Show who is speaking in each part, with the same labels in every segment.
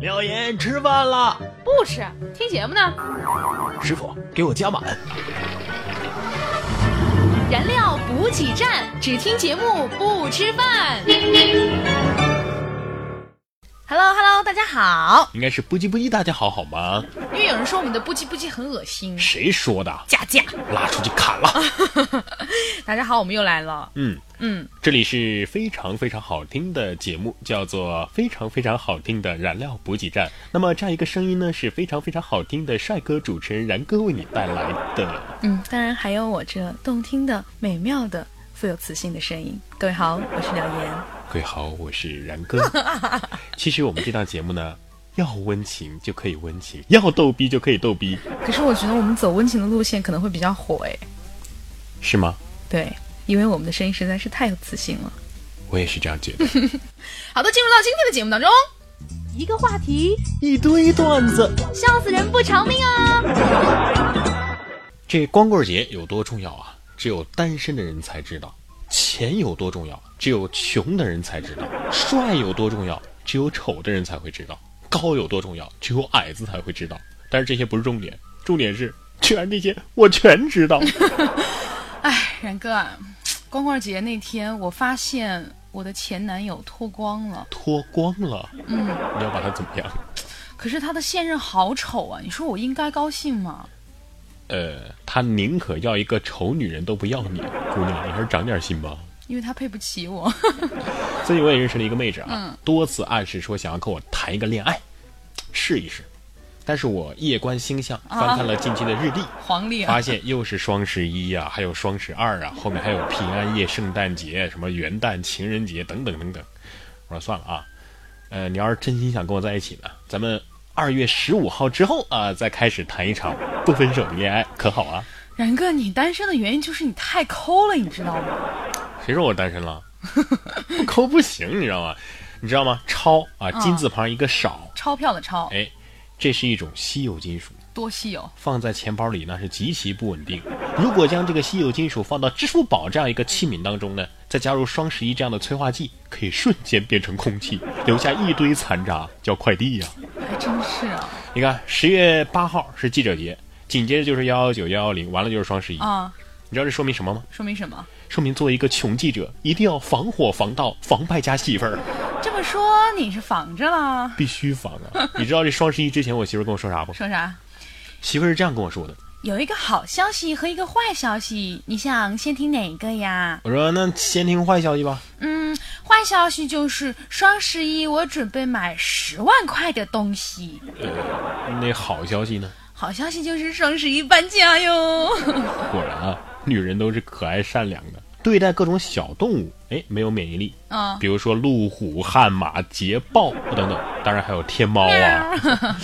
Speaker 1: 廖岩吃饭了，
Speaker 2: 不吃，听节目呢。
Speaker 1: 师傅给我加满。
Speaker 2: 燃料补给站，只听节目不吃饭。Hello Hello，大家好。
Speaker 1: 应该是不叽不叽，大家好好吗？
Speaker 2: 因为有人说我们的不叽不叽很恶心，
Speaker 1: 谁说的？
Speaker 2: 架架。
Speaker 1: 拉出去砍了。
Speaker 2: 大家好，我们又来了。
Speaker 1: 嗯，
Speaker 2: 嗯，
Speaker 1: 这里是非常非常好听的节目，叫做《非常非常好听的燃料补给站》。那么这样一个声音呢，是非常非常好听的帅哥主持人然哥为你带来的。
Speaker 2: 嗯，当然还有我这动听的、美妙的、富有磁性的声音。各位好，我是廖岩。
Speaker 1: 各位好，我是然 哥。其实我们这档节目呢，要温情就可以温情，要逗逼就可以逗逼，
Speaker 2: 可是我觉得我们走温情的路线可能会比较火哎。
Speaker 1: 是吗？
Speaker 2: 对，因为我们的声音实在是太有磁性了。
Speaker 1: 我也是这样觉得。
Speaker 2: 好的，进入到今天的节目当中，一个话题，
Speaker 1: 一堆段子，
Speaker 2: 笑死人不偿命啊！
Speaker 1: 这光棍节有多重要啊？只有单身的人才知道。钱有多重要，只有穷的人才知道；帅有多重要，只有丑的人才会知道；高有多重要，只有矮子才会知道。但是这些不是重点，重点是，居然这些我全知道。
Speaker 3: 哎，然哥啊，光棍节那天我发现我的前男友脱光了，
Speaker 1: 脱光了，嗯，你要把它怎么样？
Speaker 3: 可是他的现任好丑啊！你说我应该高兴吗？
Speaker 1: 呃，他宁可要一个丑女人都不要你，姑娘，你还是长点心吧。
Speaker 3: 因为他配不起我。
Speaker 1: 所以我也认识了一个妹子啊，多次暗示说想要跟我谈一个恋爱，试一试。但是我夜观星象，翻看了近期的日历，
Speaker 3: 黄历啊
Speaker 1: 发，现又是双十一呀、还有双十二啊，后面还有平安夜、圣诞节、什么元旦、情人节等等等等。我说算了啊，呃，你要是真心想跟我在一起呢，咱们二月十五号之后啊、再开始谈一场不分手的恋爱，可好啊？
Speaker 3: 然哥，你单身的原因就是你太抠了，你知道吗？
Speaker 1: 谁说我单身了？不抠不行，你知道吗？你知道吗？超啊，金字旁一个少，
Speaker 3: 钞票的钞，
Speaker 1: 哎，这是一种稀有金属。
Speaker 3: 多稀有！
Speaker 1: 放在钱包里那是极其不稳定。如果将这个稀有金属放到支付宝这样一个器皿当中呢，再加入双十一这样的催化剂，可以瞬间变成空气，留下一堆残渣，叫快递呀、
Speaker 3: 还真是啊，
Speaker 1: 你看，十月八号是记者节，紧接着就是幺幺九、幺幺零，完了就是双十一。
Speaker 3: 啊，
Speaker 1: 你知道这说明什么吗？
Speaker 3: 说明什么？
Speaker 1: 说明作为一个穷记者，一定要防火、防盗、防败家媳妇儿，
Speaker 3: 这么说你是防着了？
Speaker 1: 必须防啊！你知道这双十一之前我媳妇儿跟我说啥不？
Speaker 3: 说啥？
Speaker 1: 媳妇儿是这样跟我说的。
Speaker 3: 有一个好消息和一个坏消息，你想先听哪个呀？
Speaker 1: 我说那先听坏消息吧。
Speaker 3: 嗯，坏消息就是双十一我准备买十万块的东西。
Speaker 1: 那好消息呢？
Speaker 3: 好消息就是双十一半价哟！
Speaker 1: 果然啊，女人都是可爱善良的，对待各种小动物，哎，没有免疫力。
Speaker 3: 啊，
Speaker 1: 比如说路虎、悍马、捷豹等等，当然还有天猫啊。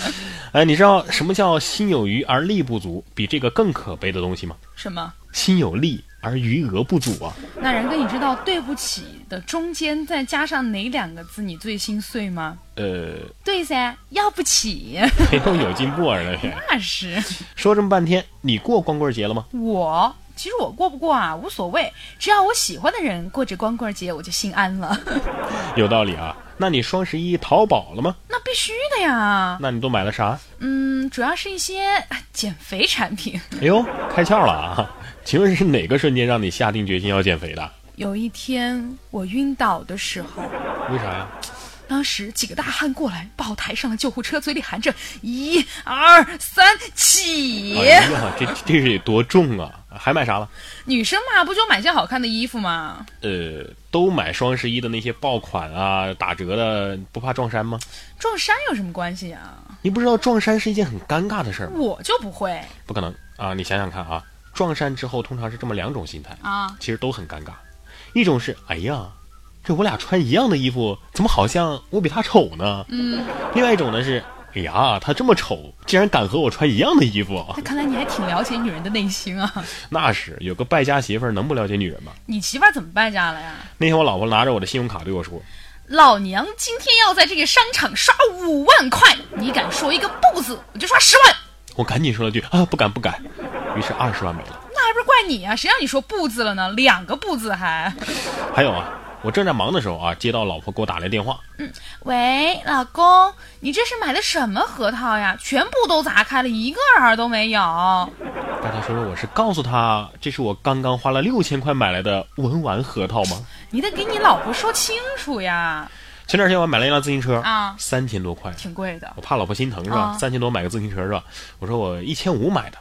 Speaker 1: 哎，你知道什么叫心有余而力不足？比这个更可悲的东西吗？
Speaker 3: 什么？
Speaker 1: 心有力而余额不足啊！
Speaker 3: 那然哥，你知道“对不起”的中间再加上哪两个字你最心碎吗？
Speaker 1: 呃，
Speaker 3: 对噻，要不起。
Speaker 1: 没有有进步啊，这是。
Speaker 3: 那是
Speaker 1: 说这么半天，你过光棍节了吗？
Speaker 3: 我。其实我过不过啊无所谓，只要我喜欢的人过着光棍节，我就心安了。
Speaker 1: 有道理啊。那你双十一淘宝了吗？
Speaker 3: 那必须的呀。
Speaker 1: 那你都买了啥？
Speaker 3: 嗯，主要是一些哎减肥产品。
Speaker 1: 哎呦，开窍了啊！ 请问是哪个瞬间让你下定决心要减肥的？
Speaker 3: 有一天我晕倒的时候，
Speaker 1: 为啥呀？
Speaker 3: 当时几个大汉过来，把我抬上了救护车，嘴里喊着“一、二、三，起
Speaker 1: 哎呀， 这这是得多重啊！还买啥了？”。
Speaker 3: 女生嘛，不就买些好看的衣服嘛？
Speaker 1: 呃，都买双十一的那些爆款啊，打折的，不怕撞衫吗？
Speaker 3: 撞衫有什么关系啊？
Speaker 1: 你不知道撞衫是一件很尴尬的事儿吗？
Speaker 3: 我就不会
Speaker 1: 不可能啊！你想想看啊，撞衫之后通常是这么两种心态，
Speaker 3: 啊！
Speaker 1: 其实都很尴尬。一种是哎呀，这我俩穿一样的衣服，怎么好像我比他丑呢？
Speaker 3: 嗯，
Speaker 1: 另外一种呢是哎呀，他这么丑，竟然敢和我穿一样的衣服，
Speaker 3: 那看来你还挺了解女人的内心啊。
Speaker 1: 那是有个败家媳妇儿能不了解女人吗？
Speaker 3: 你媳妇儿怎么败家了呀？
Speaker 1: 那天我老婆拿着我的信用卡对我说。
Speaker 3: 老娘今天要在这个商场刷五万块，你敢说一个不字，我就刷十万。
Speaker 1: 我赶紧说了句啊，不敢不敢。于是二十万没了。
Speaker 3: 那还不是怪你啊？谁让你说不字了呢？两个不字还。
Speaker 1: 还有啊，我正在忙的时候啊，接到老婆给我打来电话，
Speaker 3: 喂，老公，你这是买的什么核桃呀？全部都砸开了，一个瓤都没有。
Speaker 1: 大家说说我是告诉他这是我刚刚花了六千块买来的文玩核桃吗？
Speaker 3: 你得给你老婆说清楚呀。
Speaker 1: 前段时间我买了一辆自行车
Speaker 3: 啊
Speaker 1: 三千多块，
Speaker 3: 挺贵的
Speaker 1: 我，怕老婆心疼是吧
Speaker 3: 啊？
Speaker 1: 三千多买个自行车是吧？我说我一千五买的，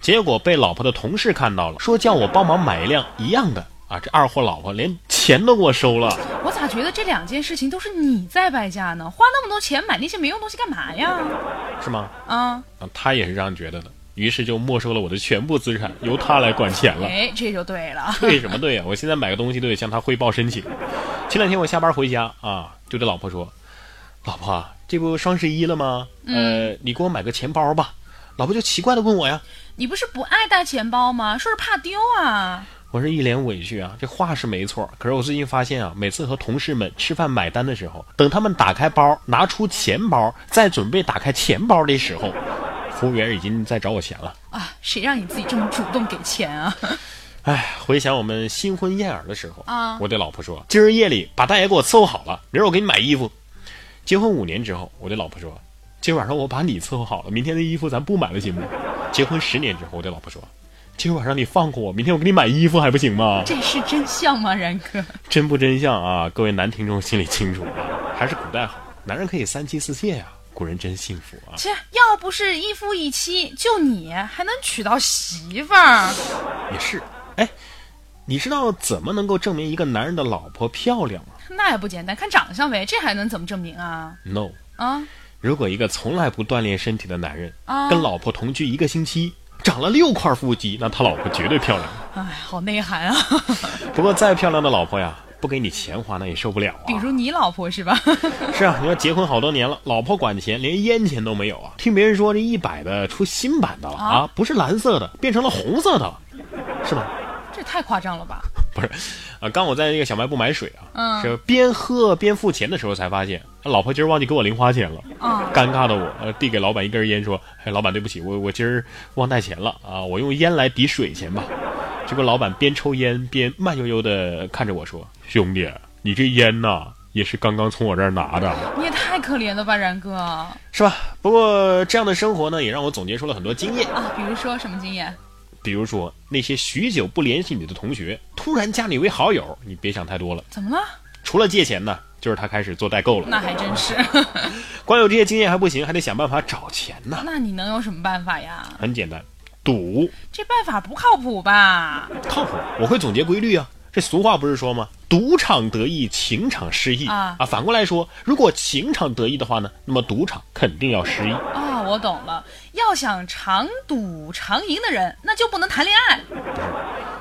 Speaker 1: 结果被老婆的同事看到了，说叫我帮忙买一辆一样的啊！这二货老婆连钱都给我收了。
Speaker 3: 我咋觉得这两件事情都是你在败家呢？花那么多钱买那些没用东西干嘛呀？
Speaker 1: 是吗？
Speaker 3: 啊，
Speaker 1: 啊，他也是这样觉得的，于是就没收了我的全部资产，由他来管钱了。
Speaker 3: 哎，这就对了。
Speaker 1: 对什么对呀、我现在买个东西都得向他汇报申请。前两天我下班回家啊，就对老婆说：“老婆啊，这不双十一了吗？呃，你给我买个钱包吧。”老婆就奇怪的问我呀，
Speaker 3: 你不是不爱带钱包吗？说是怕丢啊。
Speaker 1: 我是一脸委屈啊，这话是没错，可是我最近发现啊，每次和同事们吃饭买单的时候，等他们打开包拿出钱包，在准备打开钱包的时候，服务员已经在找我钱了。
Speaker 3: 啊，谁让你自己这么主动给钱啊？
Speaker 1: 哎，回想我们新婚燕尔的时候
Speaker 3: 啊
Speaker 1: 我对老婆说，今儿夜里把大爷给我伺候好了，明儿我给你买衣服。结婚五年之后，我对老婆说，今儿晚上我把你伺候好了，明天的衣服咱不买了行不？结婚十年之后，我对老婆说，今儿晚上你放过我，明天我给你买衣服还不行吗？
Speaker 3: 这是真相吗，然哥？
Speaker 1: 真不真相啊，各位男听众心里清楚啊，还是古代好，男人可以三妻四妾呀、古人真幸福啊。
Speaker 3: 切，要不是一夫一妻，就你还能娶到媳妇儿？
Speaker 1: 也是，哎，你知道怎么能够证明一个男人的老婆漂亮吗
Speaker 3: 那也不简单，看长相呗，这还能怎么证明啊？
Speaker 1: ？No，
Speaker 3: 啊，
Speaker 1: 如果一个从来不锻炼身体的男人
Speaker 3: 啊
Speaker 1: 跟老婆同居一个星期，长了六块腹肌，那他老婆绝对漂亮。
Speaker 3: 哎，好内涵啊！
Speaker 1: 不过再漂亮的老婆呀，不给你钱花那也受不了啊。
Speaker 3: 比如你老婆是吧？
Speaker 1: 是啊，你说结婚好多年了，老婆管钱，连烟钱都没有啊！听别人说这一百的出新版的了啊
Speaker 3: 啊
Speaker 1: 不是蓝色的，变成了红色的了，是吧？
Speaker 3: 这也太夸张了吧？
Speaker 1: 不是，啊，刚我在那个小卖部买水啊，
Speaker 3: 嗯
Speaker 1: 是边喝边付钱的时候才发现，老婆今儿忘记给我零花钱了，
Speaker 3: 啊
Speaker 1: 尴尬的我，呃，递给老板一根烟，说，哎，老板对不起，我我今儿忘带钱了啊，我用烟来抵水钱吧。结果老板边抽烟边慢悠悠的看着我说，兄弟，啊你这烟呐、也是刚刚从我这儿拿的，
Speaker 3: 你也太可怜了吧，然哥啊！
Speaker 1: 是吧？不过这样的生活呢，也让我总结出了很多经验，
Speaker 3: 比如说什么经验？
Speaker 1: 比如说那些许久不联系你的同学，突然加你为好友，你别想太多了。
Speaker 3: 怎么了？
Speaker 1: 除了借钱呢，就是他开始做代购了。
Speaker 3: 那还真是。
Speaker 1: 光有这些经验还不行，还得想办法找钱呢。
Speaker 3: 那你能有什么办法呀？
Speaker 1: 很简单，赌
Speaker 3: 这办法不靠谱吧？
Speaker 1: 靠谱，我会总结规律啊。这俗话不是说吗？赌场得意，情场失意
Speaker 3: 啊
Speaker 1: 反过来说，如果情场得意的话呢，那么赌场肯定要失意。
Speaker 3: 啊、我懂了。要想常赌常赢的人，那就不能谈恋爱。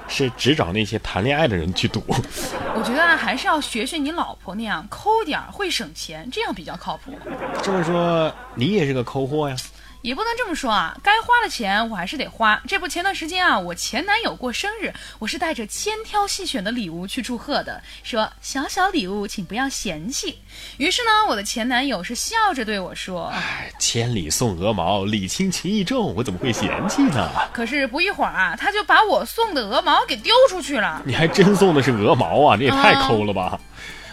Speaker 1: 是只找那些谈恋爱的人去赌。
Speaker 3: 我觉得啊还是要学学你老婆那样抠点儿，会省钱，这样比较靠谱。
Speaker 1: 这么说，你也是个抠货呀？
Speaker 3: 也不能这么说啊，该花的钱我还是得花。这不，前段时间啊，我前男友过生日，我是带着千挑细选的礼物去祝贺的，说小小礼物请不要嫌弃。于是呢，我的前男友是笑着对我说，
Speaker 1: 哎，千里送鹅毛，礼轻情意重，我怎么会嫌弃呢？
Speaker 3: 可是不一会儿啊，他就把我送的鹅毛给丢出去了。
Speaker 1: 你还真送的是鹅毛啊？这也太
Speaker 3: 啊
Speaker 1: 抠了吧！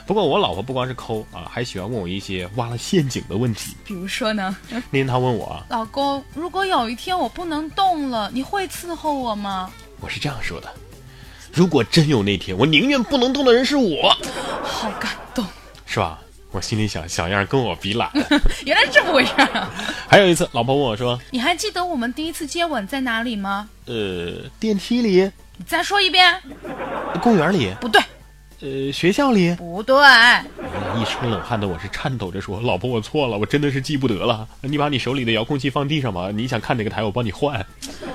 Speaker 1: 不过我老婆不光是抠啊，还喜欢问我一些挖了陷阱的问题。
Speaker 3: 比如说呢，
Speaker 1: 那天她问我啊，
Speaker 3: 老公，如果有一天我不能动了，你会伺候我吗？
Speaker 1: 我是这样说的：如果真有那天，我宁愿不能动的人是我，
Speaker 3: 好感动，
Speaker 1: 是吧？我心里想，小样儿跟我比懒。
Speaker 3: 原来是这么回事儿啊！
Speaker 1: 还有一次，老婆问我说
Speaker 3: 你还记得我们第一次接吻在哪里吗？：“
Speaker 1: 呃，电梯里、
Speaker 3: 你再说一遍，
Speaker 1: 公园里、
Speaker 3: 不对，
Speaker 1: 呃，学校里。
Speaker 3: 不对，”
Speaker 1: 一身冷汗的我是颤抖着说：“老婆，我错了，我真的是记不得了。你把你手里的遥控器放地上吧，你想看哪个台，我帮你换。”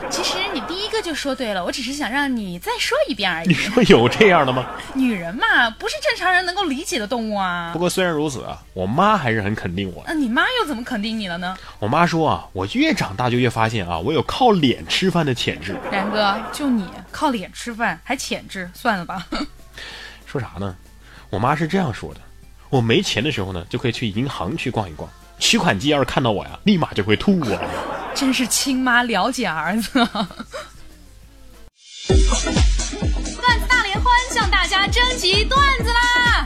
Speaker 3: 其实你第一个就说对了，我只是想让你再说一遍而
Speaker 1: 你
Speaker 3: 已。
Speaker 1: 说有这样的吗？
Speaker 3: 女人嘛，不是正常人能够理解的动物啊
Speaker 1: 不。过虽然如此啊，我妈还是很肯定我的。
Speaker 3: 那你妈又怎么肯定你了呢？
Speaker 1: 我妈说啊，我越长大就越发现啊，我有靠脸吃饭的潜质。
Speaker 3: 然哥，就你靠脸吃饭还潜质，算了吧。
Speaker 1: 说啥呢？我妈是这样说的：我没钱的时候呢，就可以去银行去逛一逛，取款机要是看到我呀，立马就会吐我。
Speaker 3: 真是亲妈了解儿子。段子大联欢向大家征集段子啦！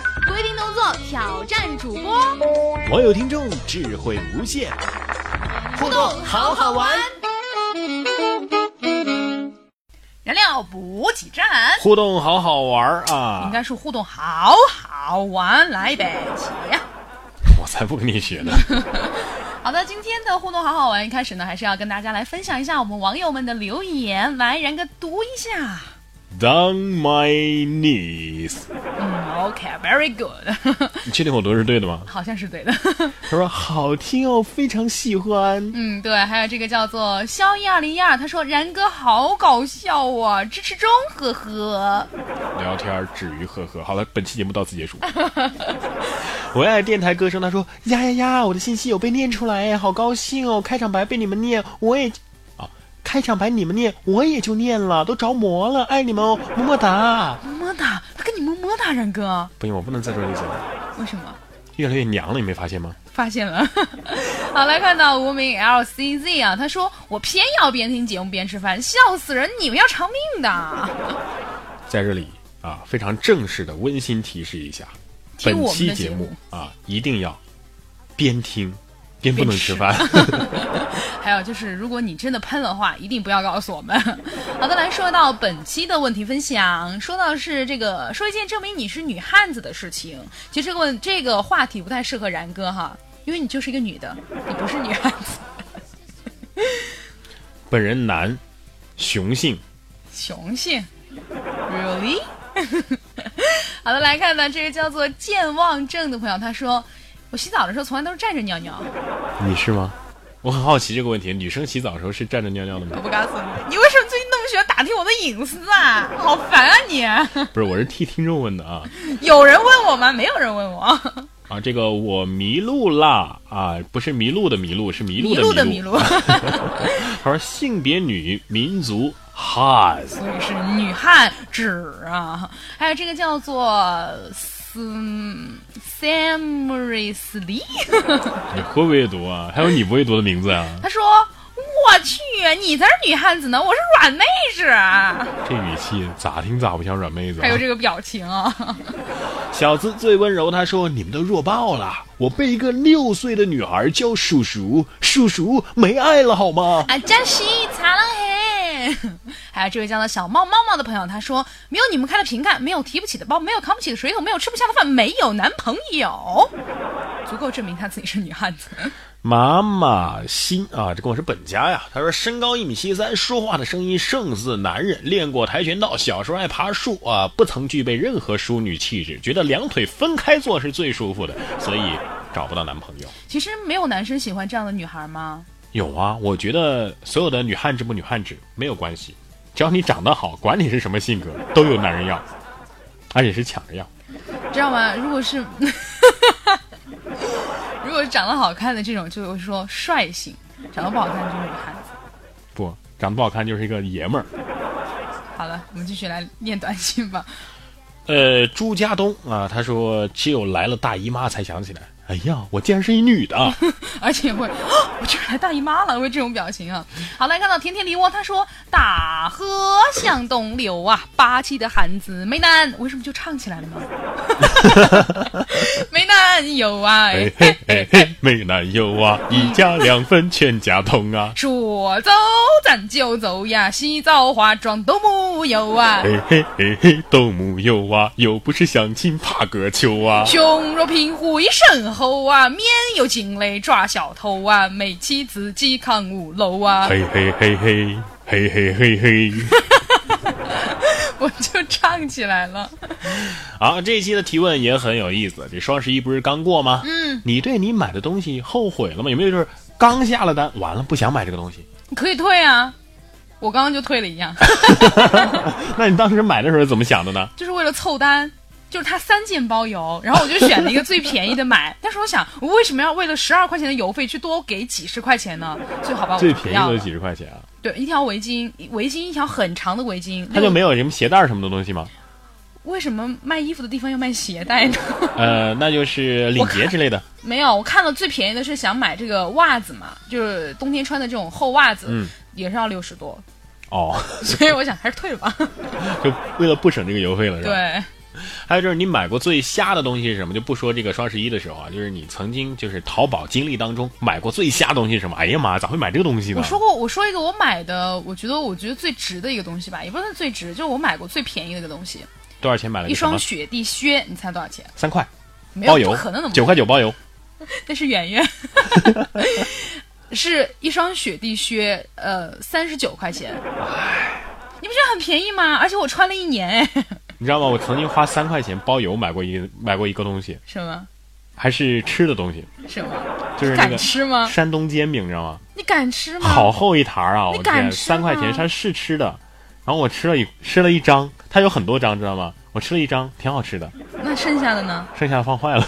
Speaker 3: 规定动作挑战主播，
Speaker 1: 网友听众智慧无限，互动好好玩。
Speaker 3: 燃料补给站。
Speaker 1: 互动好好玩儿啊！
Speaker 3: 应该是互动好好玩，来呗，起呀！
Speaker 1: 我才不跟你学呢。
Speaker 3: 好的，今天的互动好好玩，一开始呢，还是要跟大家来分享一下我们网友们的留言，来，然哥读一下。
Speaker 1: Down my knees，
Speaker 3: 嗯，OK，very、good，
Speaker 1: 你确定我读的是对的吗？
Speaker 3: 好像是对的。
Speaker 1: 他说好听哦，非常喜欢。
Speaker 3: 嗯，对，还有这个叫做肖一二零一二，他说然哥好搞笑啊，支持中，呵呵。
Speaker 1: 聊天止于呵呵。好了，本期节目到此结束。 我爱电台歌声，他说呀呀呀，我的信息有被念出来哎，好高兴哦！开场白被你们念，我也啊，开场白你们念，我也就念了，都着魔了，爱你们哦，么么哒。
Speaker 3: 么么哒，他跟你么么哒，然哥，
Speaker 1: 不行，我不能再说这些了，
Speaker 3: 为什么？
Speaker 1: 越来越娘了，你没发现吗？
Speaker 3: 发现了。 好，来看到无名 LCZ 啊，他说我偏要边听节目边吃饭，笑死人！你们要偿命的。
Speaker 1: 在这里啊，非常正式的温馨提示一下，
Speaker 3: 听
Speaker 1: 本
Speaker 3: 我们
Speaker 1: 期
Speaker 3: 的节目
Speaker 1: 目啊，一定要边听边不能吃饭。
Speaker 3: 还有就是，如果你真的喷的话，一定不要告诉我们。 好的，来说到本期的问题分享，说到是这个说一件证明你是女汉子的事情。其实这个问这个话题不太适合然哥哈，因为你就是一个女的，你不是女汉子。
Speaker 1: 本人男，雄性，
Speaker 3: 雄性，really？好的，来看呢，这个叫做健忘症的朋友，他说，我洗澡的时候从来都是站着尿尿，
Speaker 1: 你是吗？我很好奇这个问题，女生洗澡的时候是站着尿尿的
Speaker 3: 我
Speaker 1: 吗？
Speaker 3: 不告诉你，你为什么最近那么喜欢打听我的隐私啊？好烦啊你！
Speaker 1: 不是，我是替听众问的啊
Speaker 3: 有人问我吗？没有人问我，
Speaker 1: 啊！这个我迷路啦啊，不是迷路的迷路，是迷路
Speaker 3: 迷
Speaker 1: 的
Speaker 3: 路的
Speaker 1: 迷
Speaker 3: 迷
Speaker 1: 路。
Speaker 3: 路，
Speaker 1: 他说性别女，民族汉，
Speaker 3: 所以是女汉子啊。还有这个叫做斯 Samuris Lee。
Speaker 1: 你会不会读啊？还有你不会读的名字啊？
Speaker 3: 他说：“我去，你才是女汉子呢，我是软妹子。”
Speaker 1: 这语气咋听咋不像软妹子、啊
Speaker 3: 还。有这个表情啊，
Speaker 1: 小资最温柔，他说：“你们都弱爆了，我被一个六岁的女孩叫叔叔，叔叔没爱了好吗？
Speaker 3: 啊，真是擦了嘿。还有这位叫做小猫猫猫的朋友，他说：“没有你们开的瓶盖，没有提不起的包，没有扛不起的水桶，没有吃不下的饭，没有男朋友，足够证明他自己是女汉子。
Speaker 1: 妈妈心啊，这跟我是本家呀。他说身高一米七三，说话的声音胜似男人，练过跆拳道，小时候爱爬树啊，不曾具备任何淑女气质，觉得两腿分开坐是最舒服的，所以找不到男朋友。”
Speaker 3: 其实没有男生喜欢这样的女孩吗？
Speaker 1: 有啊，我觉得所有的女汉子不女汉子没有关系，只要你长得好，管你是什么性格，都有男人要，而且是抢着要。
Speaker 3: 知道吗？如果是， 如果是长得好看的这种，就会说率性；长得不好看的就是女汉子。
Speaker 1: 不，长得不好看就是一个爷们儿。
Speaker 3: 好了，我们继续来念短信吧。
Speaker 1: 呃，朱家东啊，他说只有来了大姨妈才想起来，哎呀，我竟然是一女的。
Speaker 3: 而且会，啊我居然来大姨妈了，会这种表情啊。好，来看到甜甜梨窝，他说：“大河向东流啊，霸气的汉子梅南，为什么就唱起来了呢？梅南有啊爱
Speaker 1: 哎，嘿嘿嘿，美男优啊，一家两分全家桶啊。
Speaker 3: 说走咱就走呀，洗澡化妆都没有啊。
Speaker 1: 嘿嘿嘿嘿，豆母优啊，又不是相亲怕个秋 啊。
Speaker 3: 胸若平虎一身后啊，面有惊雷抓小偷啊，美其自己扛五楼啊。”
Speaker 1: 嘿嘿嘿嘿嘿嘿嘿嘿。
Speaker 3: 我就唱起来了。
Speaker 1: 好，这一期的提问也很有意思。这双十一不是刚过吗？嗯，你对你买的东西后悔了吗？有没有就是刚下了单，完了不想买这个东西？
Speaker 3: 你可以退啊，我刚刚就退了一样，
Speaker 1: 那你当时买的时候是怎么想的呢？
Speaker 3: 就是为了凑单。就是他三件包邮，然后我就选了一个最便宜的买。 但是我想，我为什么要为了十二块钱的邮费去多给几十块钱呢？所以好吧，我
Speaker 1: 最
Speaker 3: 就
Speaker 1: 便
Speaker 3: 不
Speaker 1: 宜
Speaker 3: 要
Speaker 1: 都
Speaker 3: 了
Speaker 1: 是。几十块钱啊，
Speaker 3: 对，一条围巾，围巾一条很长的围巾。
Speaker 1: 它就没有什么鞋带儿什么的东西吗？
Speaker 3: 为什么卖衣服的地方要卖鞋带呢？
Speaker 1: 呃，那就是领结之类的。
Speaker 3: 没有，我看了最便宜的是想买这个袜子嘛，就是冬天穿的这种厚袜子，
Speaker 1: 嗯
Speaker 3: 也是要六十多，
Speaker 1: 哦，
Speaker 3: 所以我想还是退 了吧。
Speaker 1: 就为了不省这个邮费了，是吧？。
Speaker 3: 对，
Speaker 1: 还有就是你买过最瞎的东西是什么？就不说这个双十一的时候啊，就是你曾经就是淘宝经历当中买过最瞎的东西是什么？哎呀妈，咋会买这个东西呢？
Speaker 3: 我说过，我说一个我买的，我觉得我觉得最值的一个东西吧，也不算最值，就是我买过最便宜的一个东西，
Speaker 1: 多少钱买了
Speaker 3: 一
Speaker 1: 个什么
Speaker 3: 双？雪地靴，你猜多少钱？
Speaker 1: 三块
Speaker 3: 没有，
Speaker 1: 包
Speaker 3: 不
Speaker 1: 邮
Speaker 3: 可能那，么
Speaker 1: 九
Speaker 3: 贵，
Speaker 1: 块九包邮。
Speaker 3: 那是圆 圆。是一双雪地靴，呃，三十九块钱，你不觉得很便宜吗？而且我穿了一年，哎，
Speaker 1: 你知道吗？我曾经花三块钱包邮买过一买过一个东西，
Speaker 3: 什么
Speaker 1: 还是吃的东西，
Speaker 3: 什么？
Speaker 1: 就是那
Speaker 3: 敢
Speaker 1: 个
Speaker 3: 吃吗？
Speaker 1: 山东煎饼，你知道吗？
Speaker 3: 你敢吃吗？
Speaker 1: 好厚一沓啊！我
Speaker 3: 你
Speaker 1: 的
Speaker 3: 敢
Speaker 1: 天，
Speaker 3: 吃
Speaker 1: 三块钱
Speaker 3: 吗
Speaker 1: 它是吃的，然后我吃了一吃了一张，它有很多张，知道吗？我吃了一张，挺好吃的，
Speaker 3: 那剩下的呢？
Speaker 1: 剩下的放坏了。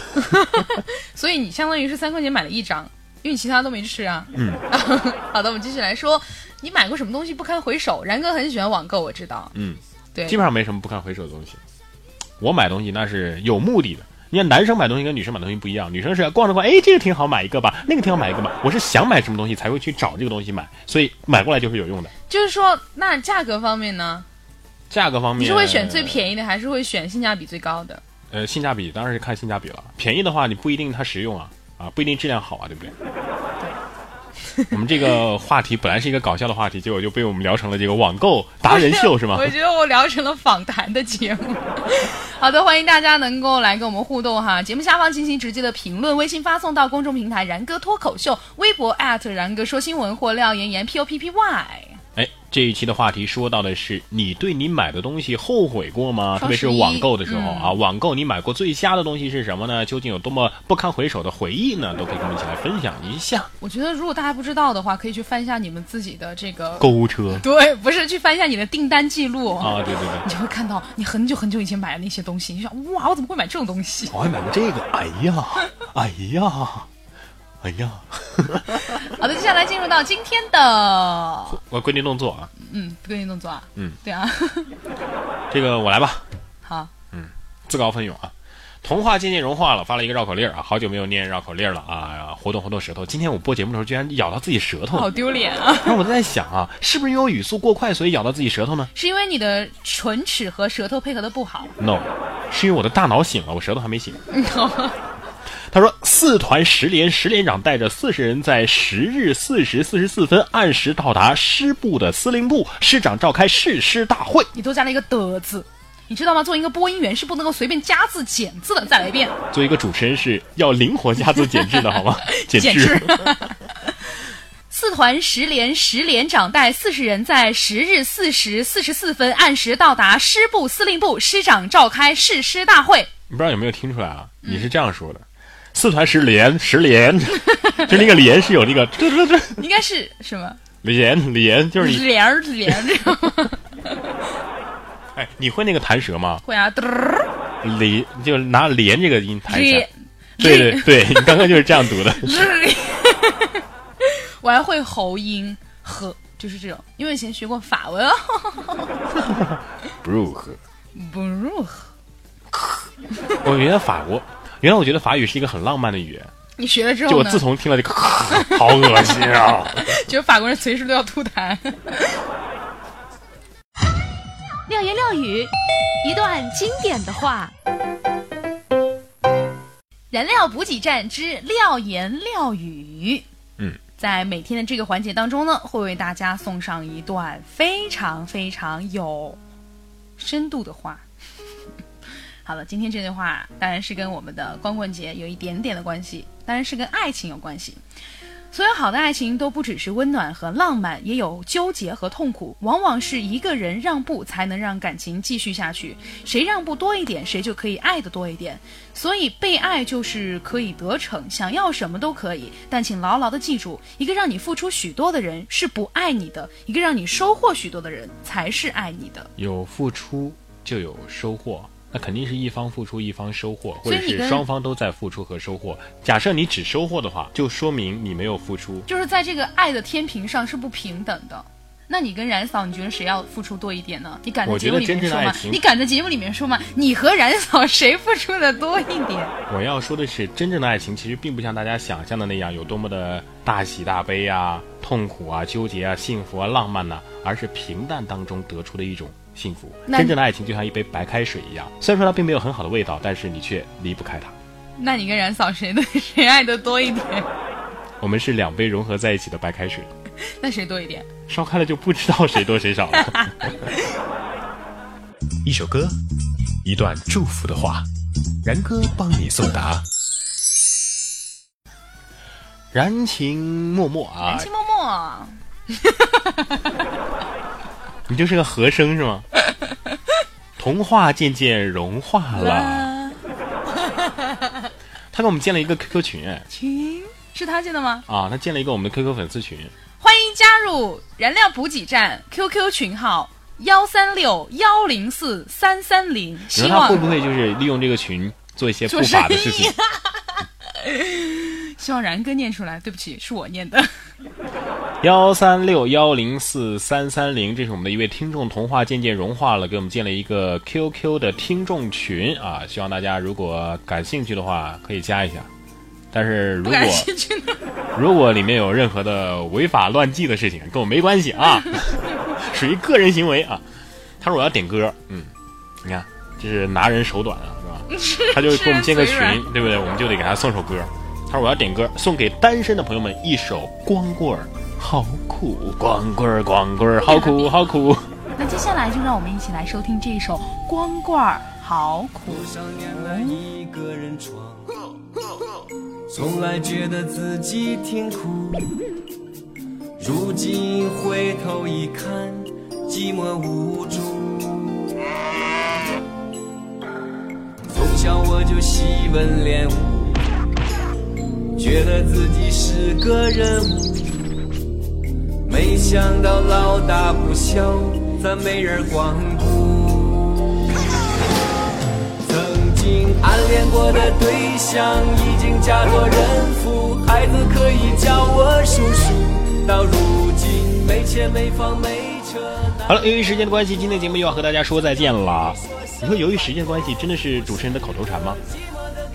Speaker 3: 所以你相当于是三块钱买了一张，因为你其他都没吃啊。
Speaker 1: 嗯，
Speaker 3: 好的，我们继续来说，你买过什么东西不堪回首？然哥很喜欢网购，我知道。
Speaker 1: 嗯，
Speaker 3: 对，
Speaker 1: 基本上没什么不堪回首的东西。我买东西那是有目的的。你看，男生买东西跟女生买东西不一样，女生是逛着逛，哎，这个挺好，买一个吧，那个挺好，买一个吧。我是想买什么东西才会去找这个东西买，所以买过来就是有用的。
Speaker 3: 就是说，那价格方面呢，
Speaker 1: 价格方面，
Speaker 3: 你是会选最便宜的，还是会选性价比最高的？
Speaker 1: 呃，性价比当然是看性价比了。便宜的话，你不一定它实用啊，啊，不一定质量好啊，对不对？ 我们这个话题本来是一个搞笑的话题，结果就被我们聊成了这个网购达人秀，是吗
Speaker 3: 我？觉得我聊成了访谈的节目。 好的，欢迎大家能够来跟我们互动哈。节目下方进行直接的评论，微信发送到公众平台“然哥脱口秀”，微博然哥说新闻或廖岩岩 P O P P Y。
Speaker 1: 哎，这一期的话题说到的是你对你买的东西后悔过吗？特
Speaker 3: 双
Speaker 1: 别
Speaker 3: 十
Speaker 1: 是
Speaker 3: 一嗯
Speaker 1: 网购的时候啊，网购你买过最瞎的东西是什么呢？究竟有多么不堪回首的回忆呢？都可以跟我们一起来分享一下。
Speaker 3: 我觉得如果大家不知道的话，可以去翻一下你们自己的这个，
Speaker 1: 购物车
Speaker 3: 对，不是去翻一下你的订单记录，
Speaker 1: 啊，对对对，
Speaker 3: 你就会看到你很久很久以前买的那些东西，你就想哇，我怎么会买这种东西？
Speaker 1: 我还买过这个，哎呀，哎呀，哎呀，
Speaker 3: 好的，接下来进入到今天的，
Speaker 1: 我规定动作啊，
Speaker 3: 嗯，不对应动作啊，
Speaker 1: 嗯，
Speaker 3: 对啊，
Speaker 1: 这个我来吧。
Speaker 3: 好，
Speaker 1: 自告奋勇啊！童话渐渐融化了，发了一个绕口令儿啊，好久没有念绕口令儿了啊，活动活动舌头。今天我播节目的时候，居然咬到自己舌头
Speaker 3: 好
Speaker 1: 了，
Speaker 3: 丢脸啊，
Speaker 1: 然后 我就在想啊，是不是因为我语速过快，所以咬到自己舌头呢
Speaker 3: 是因为你的唇齿和舌头配合的不好，
Speaker 1: ？No，是因为我的大脑醒了，我舌头还没醒。他说：“四团十连，十连长带着四十人，在十日四时四十四分按时到达师部的司令部，师长召开誓师大会。
Speaker 3: 你多加了一个的字。你知道吗？作为一个播音员是不能够随便加字减字的。再来一遍，
Speaker 1: 作为一个主持人是要灵活加字减字的好吗？减
Speaker 3: 简
Speaker 1: 字
Speaker 3: 直。四团十连十连长带四十人，在十日四时四十四分按时到达师部司令部，师长召开誓师大会。
Speaker 1: 你不知道有没有听出来啊？
Speaker 3: 嗯
Speaker 1: 你是这样说的：四团十连，十 连，就那个连是有那个 这这这
Speaker 3: 应该是什么？
Speaker 1: 连连，就是你
Speaker 3: 连儿连儿这种
Speaker 1: 哎，你会那个弹舌吗？
Speaker 3: 会啊，嘚儿
Speaker 1: 连就是拿连这个音弹一下
Speaker 3: 连。
Speaker 1: 对对对，你刚刚就是这样读的。
Speaker 3: 日 我还会喉音和，就是这种，因为以前学过法文，啊
Speaker 1: 不如何？
Speaker 3: 不如
Speaker 1: 我原来法国，原来我觉得法语是一个很浪漫的语言，
Speaker 3: 你学了之
Speaker 1: 就
Speaker 3: 后
Speaker 1: 我
Speaker 3: 呢
Speaker 1: 自，从听了这个，好恶心啊！
Speaker 3: 觉得法国人随时都要吐 痰。
Speaker 4: 廖言廖语，一段经典的话。
Speaker 3: 燃料补给站之廖言廖语。
Speaker 1: 嗯，
Speaker 3: 在每天的这个环节当中呢，会为大家送上一段非常非常有深度的话。 好了，今天这段话当然是跟我们的光棍节有一点点的关系，当然是跟爱情有关系。所有好的爱情都不只是温暖和浪漫，也有纠结和痛苦。往往是一个人让步，才能让感情继续下去。谁让步多一点，谁就可以爱的多一点。所以被爱就是可以得逞，想要什么都可以。但请牢牢的记住，一个让你付出许多的人是不爱你的，一个让你收获许多的人才是爱你的。
Speaker 1: 有付出就有收获，那肯定是一方付出一方收获，或
Speaker 3: 所以
Speaker 1: 者
Speaker 3: 你
Speaker 1: 是
Speaker 3: 跟
Speaker 1: 双方都在付出和收获。假设你只收获的话，就说明你没有付出。
Speaker 3: 就是在这个爱的天平上是不平等的。那你跟燃嫂，你觉得谁要付出多一点呢？你敢在
Speaker 1: 我
Speaker 3: 节
Speaker 1: 觉得
Speaker 3: 目里面
Speaker 1: 真正的
Speaker 3: 说吗
Speaker 1: 爱？情
Speaker 3: 你敢在节目里面说吗？你和燃嫂谁付出的多一点？
Speaker 1: 我要说的是，真正的爱情其实并不像大家想象的那样有多么的大喜大悲啊、痛苦啊、纠结啊、幸福啊、浪漫呐、而是平淡当中得出的一种幸福。
Speaker 3: 那
Speaker 1: 真正的爱情就像一杯白开水一样，虽然说它并没有很好的味道，但是你却离不开它。
Speaker 3: 那你跟燃嫂谁的谁爱的多一点？
Speaker 1: 我们是两杯融合在一起的白开水，
Speaker 3: 那谁多一点？
Speaker 1: 烧开了就不知道谁多谁少了。 一首歌，一段祝福的话，然哥帮你送达。燃情脉脉啊
Speaker 3: 燃，情脉脉，
Speaker 1: 你就是个和声是 吗？童话渐渐融化
Speaker 3: 啊
Speaker 1: 了。他给我们建了一个 QQ 群哎
Speaker 3: 群是他建的吗？
Speaker 1: 啊，他建了一个我们的 QQ 粉丝群，
Speaker 3: 欢迎加入燃料补给站 QQ 群号幺三六幺零四三三零，
Speaker 1: 你说
Speaker 3: 希
Speaker 1: 他会
Speaker 3: 望
Speaker 1: 不会就是利用这个群做一些
Speaker 3: 做
Speaker 1: 不法的事
Speaker 3: 生意
Speaker 1: 情？
Speaker 3: 希望然哥念出来，对不起，是我念的。
Speaker 1: 幺三六幺零四三三零，这是我们的一位听众童话渐渐融化了，给我们建了一个 QQ 的听众群啊，希望大家如果感兴趣的话可以加一下。但是如
Speaker 3: 不
Speaker 1: 果
Speaker 3: 感兴趣呢？
Speaker 1: 如果里面有任何的违法乱纪的事情，跟我没关系啊，属于个人行为啊。他说我要点歌，嗯，你看这是拿人手短啊，是吧？他就给我们建个群
Speaker 3: 吃人嘴，
Speaker 1: 对不对？我们就得给他送首歌。他说我要点歌，送给单身的朋友们一首《光棍儿》，好苦，光棍儿，光棍儿，好苦，好苦。
Speaker 3: 那接下来就让我们一起来收听这首《光棍儿好苦》。
Speaker 5: 我上年来一个人闯，从来觉得自己挺酷，如今回头一看，寂寞无助。从小我就喜闻练武，觉得自己是个人物，没想到老大不小，咱没人光顾。曾经暗恋过的对象已经嫁作人妇，孩子可以叫我叔叔。到如今没钱没房没车。
Speaker 1: 好了，由于时间的关系，今天节目又要和大家说再见了。你说由于时间关系，真的是主持人的口头禅吗？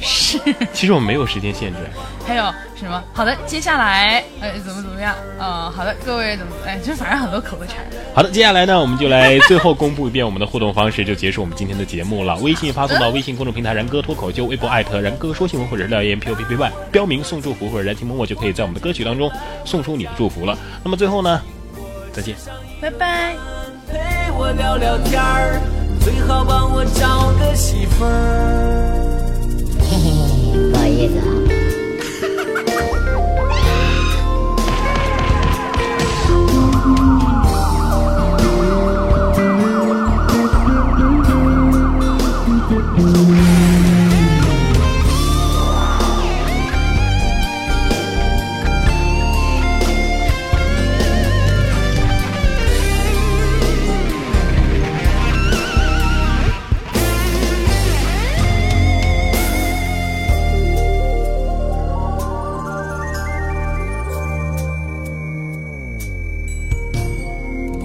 Speaker 3: 是，
Speaker 1: 其实我们没有时间限制。
Speaker 3: 还有什么？好的，接下来，呃，怎么怎么样？呃，好的，各位怎么？哎，就反正很多口头禅。
Speaker 1: 好的，接下来呢，我们就来最后公布一遍我们的互动方式，就结束我们今天的节目了。微信发送到微信公众平台“然哥脱口秀”，微博艾特“然哥说新闻”或者是廖岩 P O P P Y，标明送祝福或者燃情默默，就可以在我们的歌曲当中送出你的祝福了。那么最后呢，再见。
Speaker 3: 拜拜。
Speaker 5: 陪我聊聊天儿，最好帮我找个媳妇儿。
Speaker 6: 不好意思啊。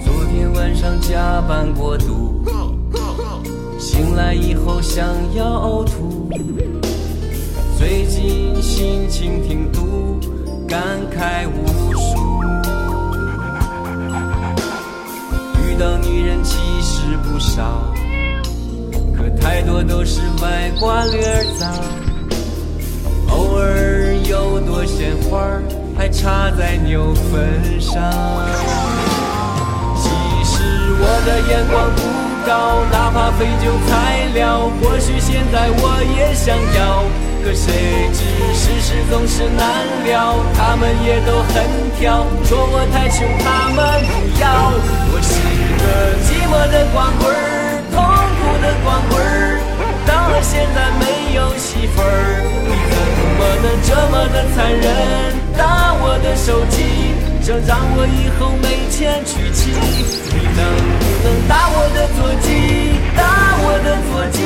Speaker 5: 昨天晚上加班过度，醒来以后想要呕吐。最近心情挺毒，感慨无数。遇到女人其实不少，可太多都是歪瓜裂枣。偶尔有朵鲜花儿，还插在牛粪上。其实我的眼光不高，哪怕废旧材料，或许现在我也想要。可谁知世事总是难料，他们也都很挑，说我太穷，他们不要。我是个寂寞的光棍儿，痛苦的光棍儿，到了现在没有媳妇儿，你怎么能这么的残忍？打我的手机，这让我以后没钱娶妻。你能不能打我的座机？打我的座机，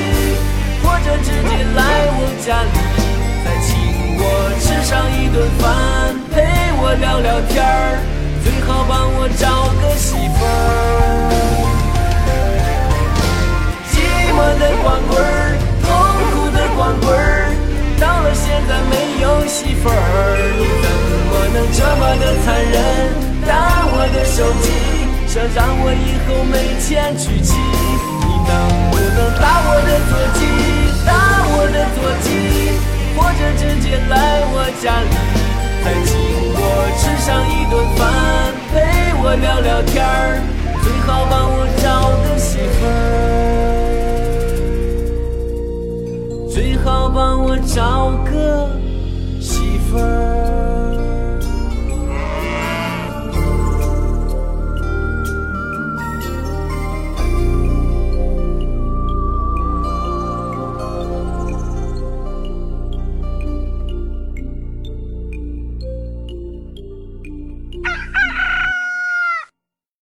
Speaker 5: 家里，再请我吃上一顿饭，陪我聊聊天儿，最好帮我找个媳妇儿。寂寞的光棍儿，痛苦的光棍儿，到了现在没有媳妇儿，你怎么能这么的残忍？打我的手机，说让我以后没钱娶妻，你能不能打我的座机，打我的座机，或者直接来我家里，再请我吃上一顿饭，陪我聊聊天儿，最好帮我找个媳妇儿。最好帮我找个媳妇儿。